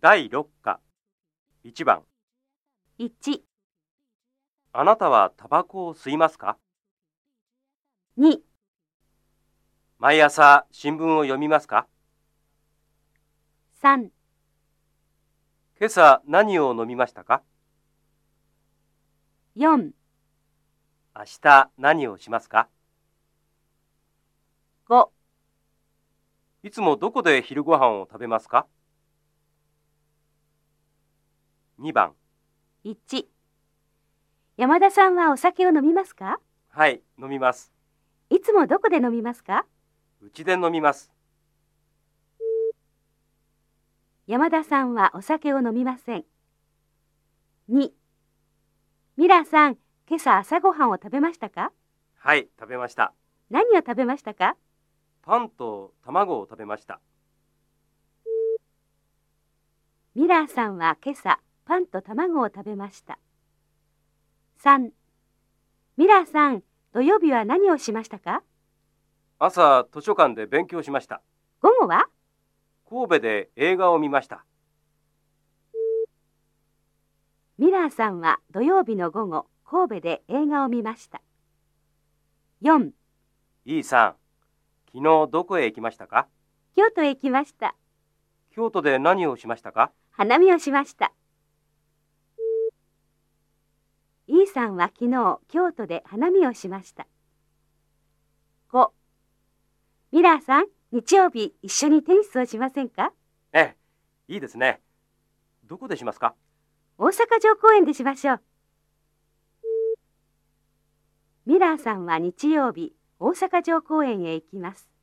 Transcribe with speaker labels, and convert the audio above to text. Speaker 1: 第6課1番
Speaker 2: 1、
Speaker 1: あなたはタバコを吸いますか
Speaker 2: 2、
Speaker 1: 毎朝新聞を読みますか
Speaker 2: 3、
Speaker 1: 今朝何を飲みましたか
Speaker 2: 4、
Speaker 1: 明日何をしますか
Speaker 2: 5、
Speaker 1: いつもどこで昼ご飯を食べますか2番
Speaker 2: 1。山田さんはお酒を飲みますか
Speaker 1: はい飲みます
Speaker 2: いつもどこで飲みますか
Speaker 1: うちで飲みます
Speaker 2: 山田さんはお酒を飲みません。2、ミラさん、今朝朝ごはんを食べましたか
Speaker 1: はい食べました
Speaker 2: 何を食べましたか
Speaker 1: パンと卵を食べました
Speaker 2: ミラさんは今朝パンと卵を食べました。3、ミラさん、土曜日は何をしましたか
Speaker 1: 朝図書館で勉強しました
Speaker 2: 午後は
Speaker 1: 神戸で映画を見ました
Speaker 2: ミラーさんは土曜日の午後、神戸で映画を見ました。4、
Speaker 1: E さん昨日どこへ行きましたか
Speaker 2: 京都へ行きました。
Speaker 1: 京都で何をしましたか
Speaker 2: 花見をしました。E さんは昨日、京都で花見をしました。5、ミラーさん、日曜日一緒にテニスをしませんか
Speaker 1: ええ、いいですね。どこでしますか
Speaker 2: 大阪城公園でしましょう。ミラーさんは日曜日、大阪城公園へ行きます。